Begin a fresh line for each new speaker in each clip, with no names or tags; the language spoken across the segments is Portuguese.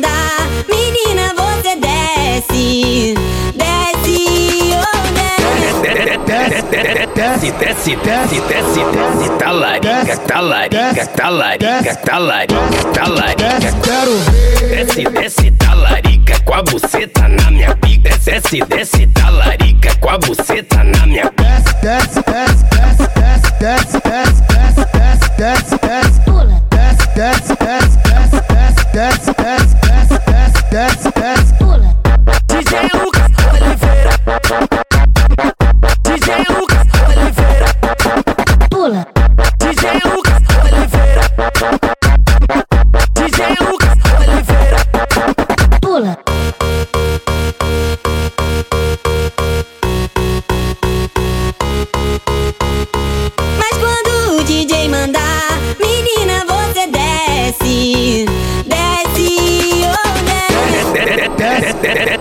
oh,
desce, desce, desce, desce, desce, talarica, talarica, talarica, talarica, talarica. Quero ver. Desce, desce, talarica, com a buceta na minha pica. Desce, desce, talarica, com a buceta na minha pica.
Desce, desce, desce, desce, desce, desce, desce, desce, desce, desce.
pula,
Desce, desce, desce, desce, desce, desce, desce, desce, desce, desce, desce.
pula,
DJ Lucas Oliveira. DJ Lucas Oliveira.
pula,
DJ Lucas Oliveira. DJ Lucas Oliveira.
pula.
Mas quando o DJ mandar, menina, você desce. Desce, oh, desce.
Desce,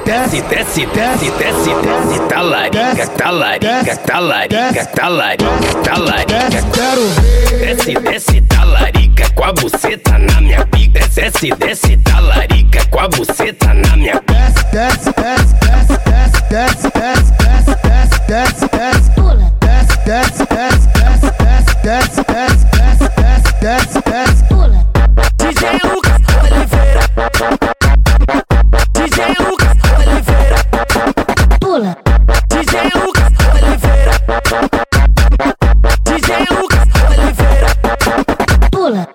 desce, desce, desce, desce, talarica, talarica, talarica, talarica, talarica.
Quero ver.
Desce, desce, talarica, com a buceta tá na minha pica. Desce, desce, talarica, com a buceta na minha pica.
Desce, desce, desce,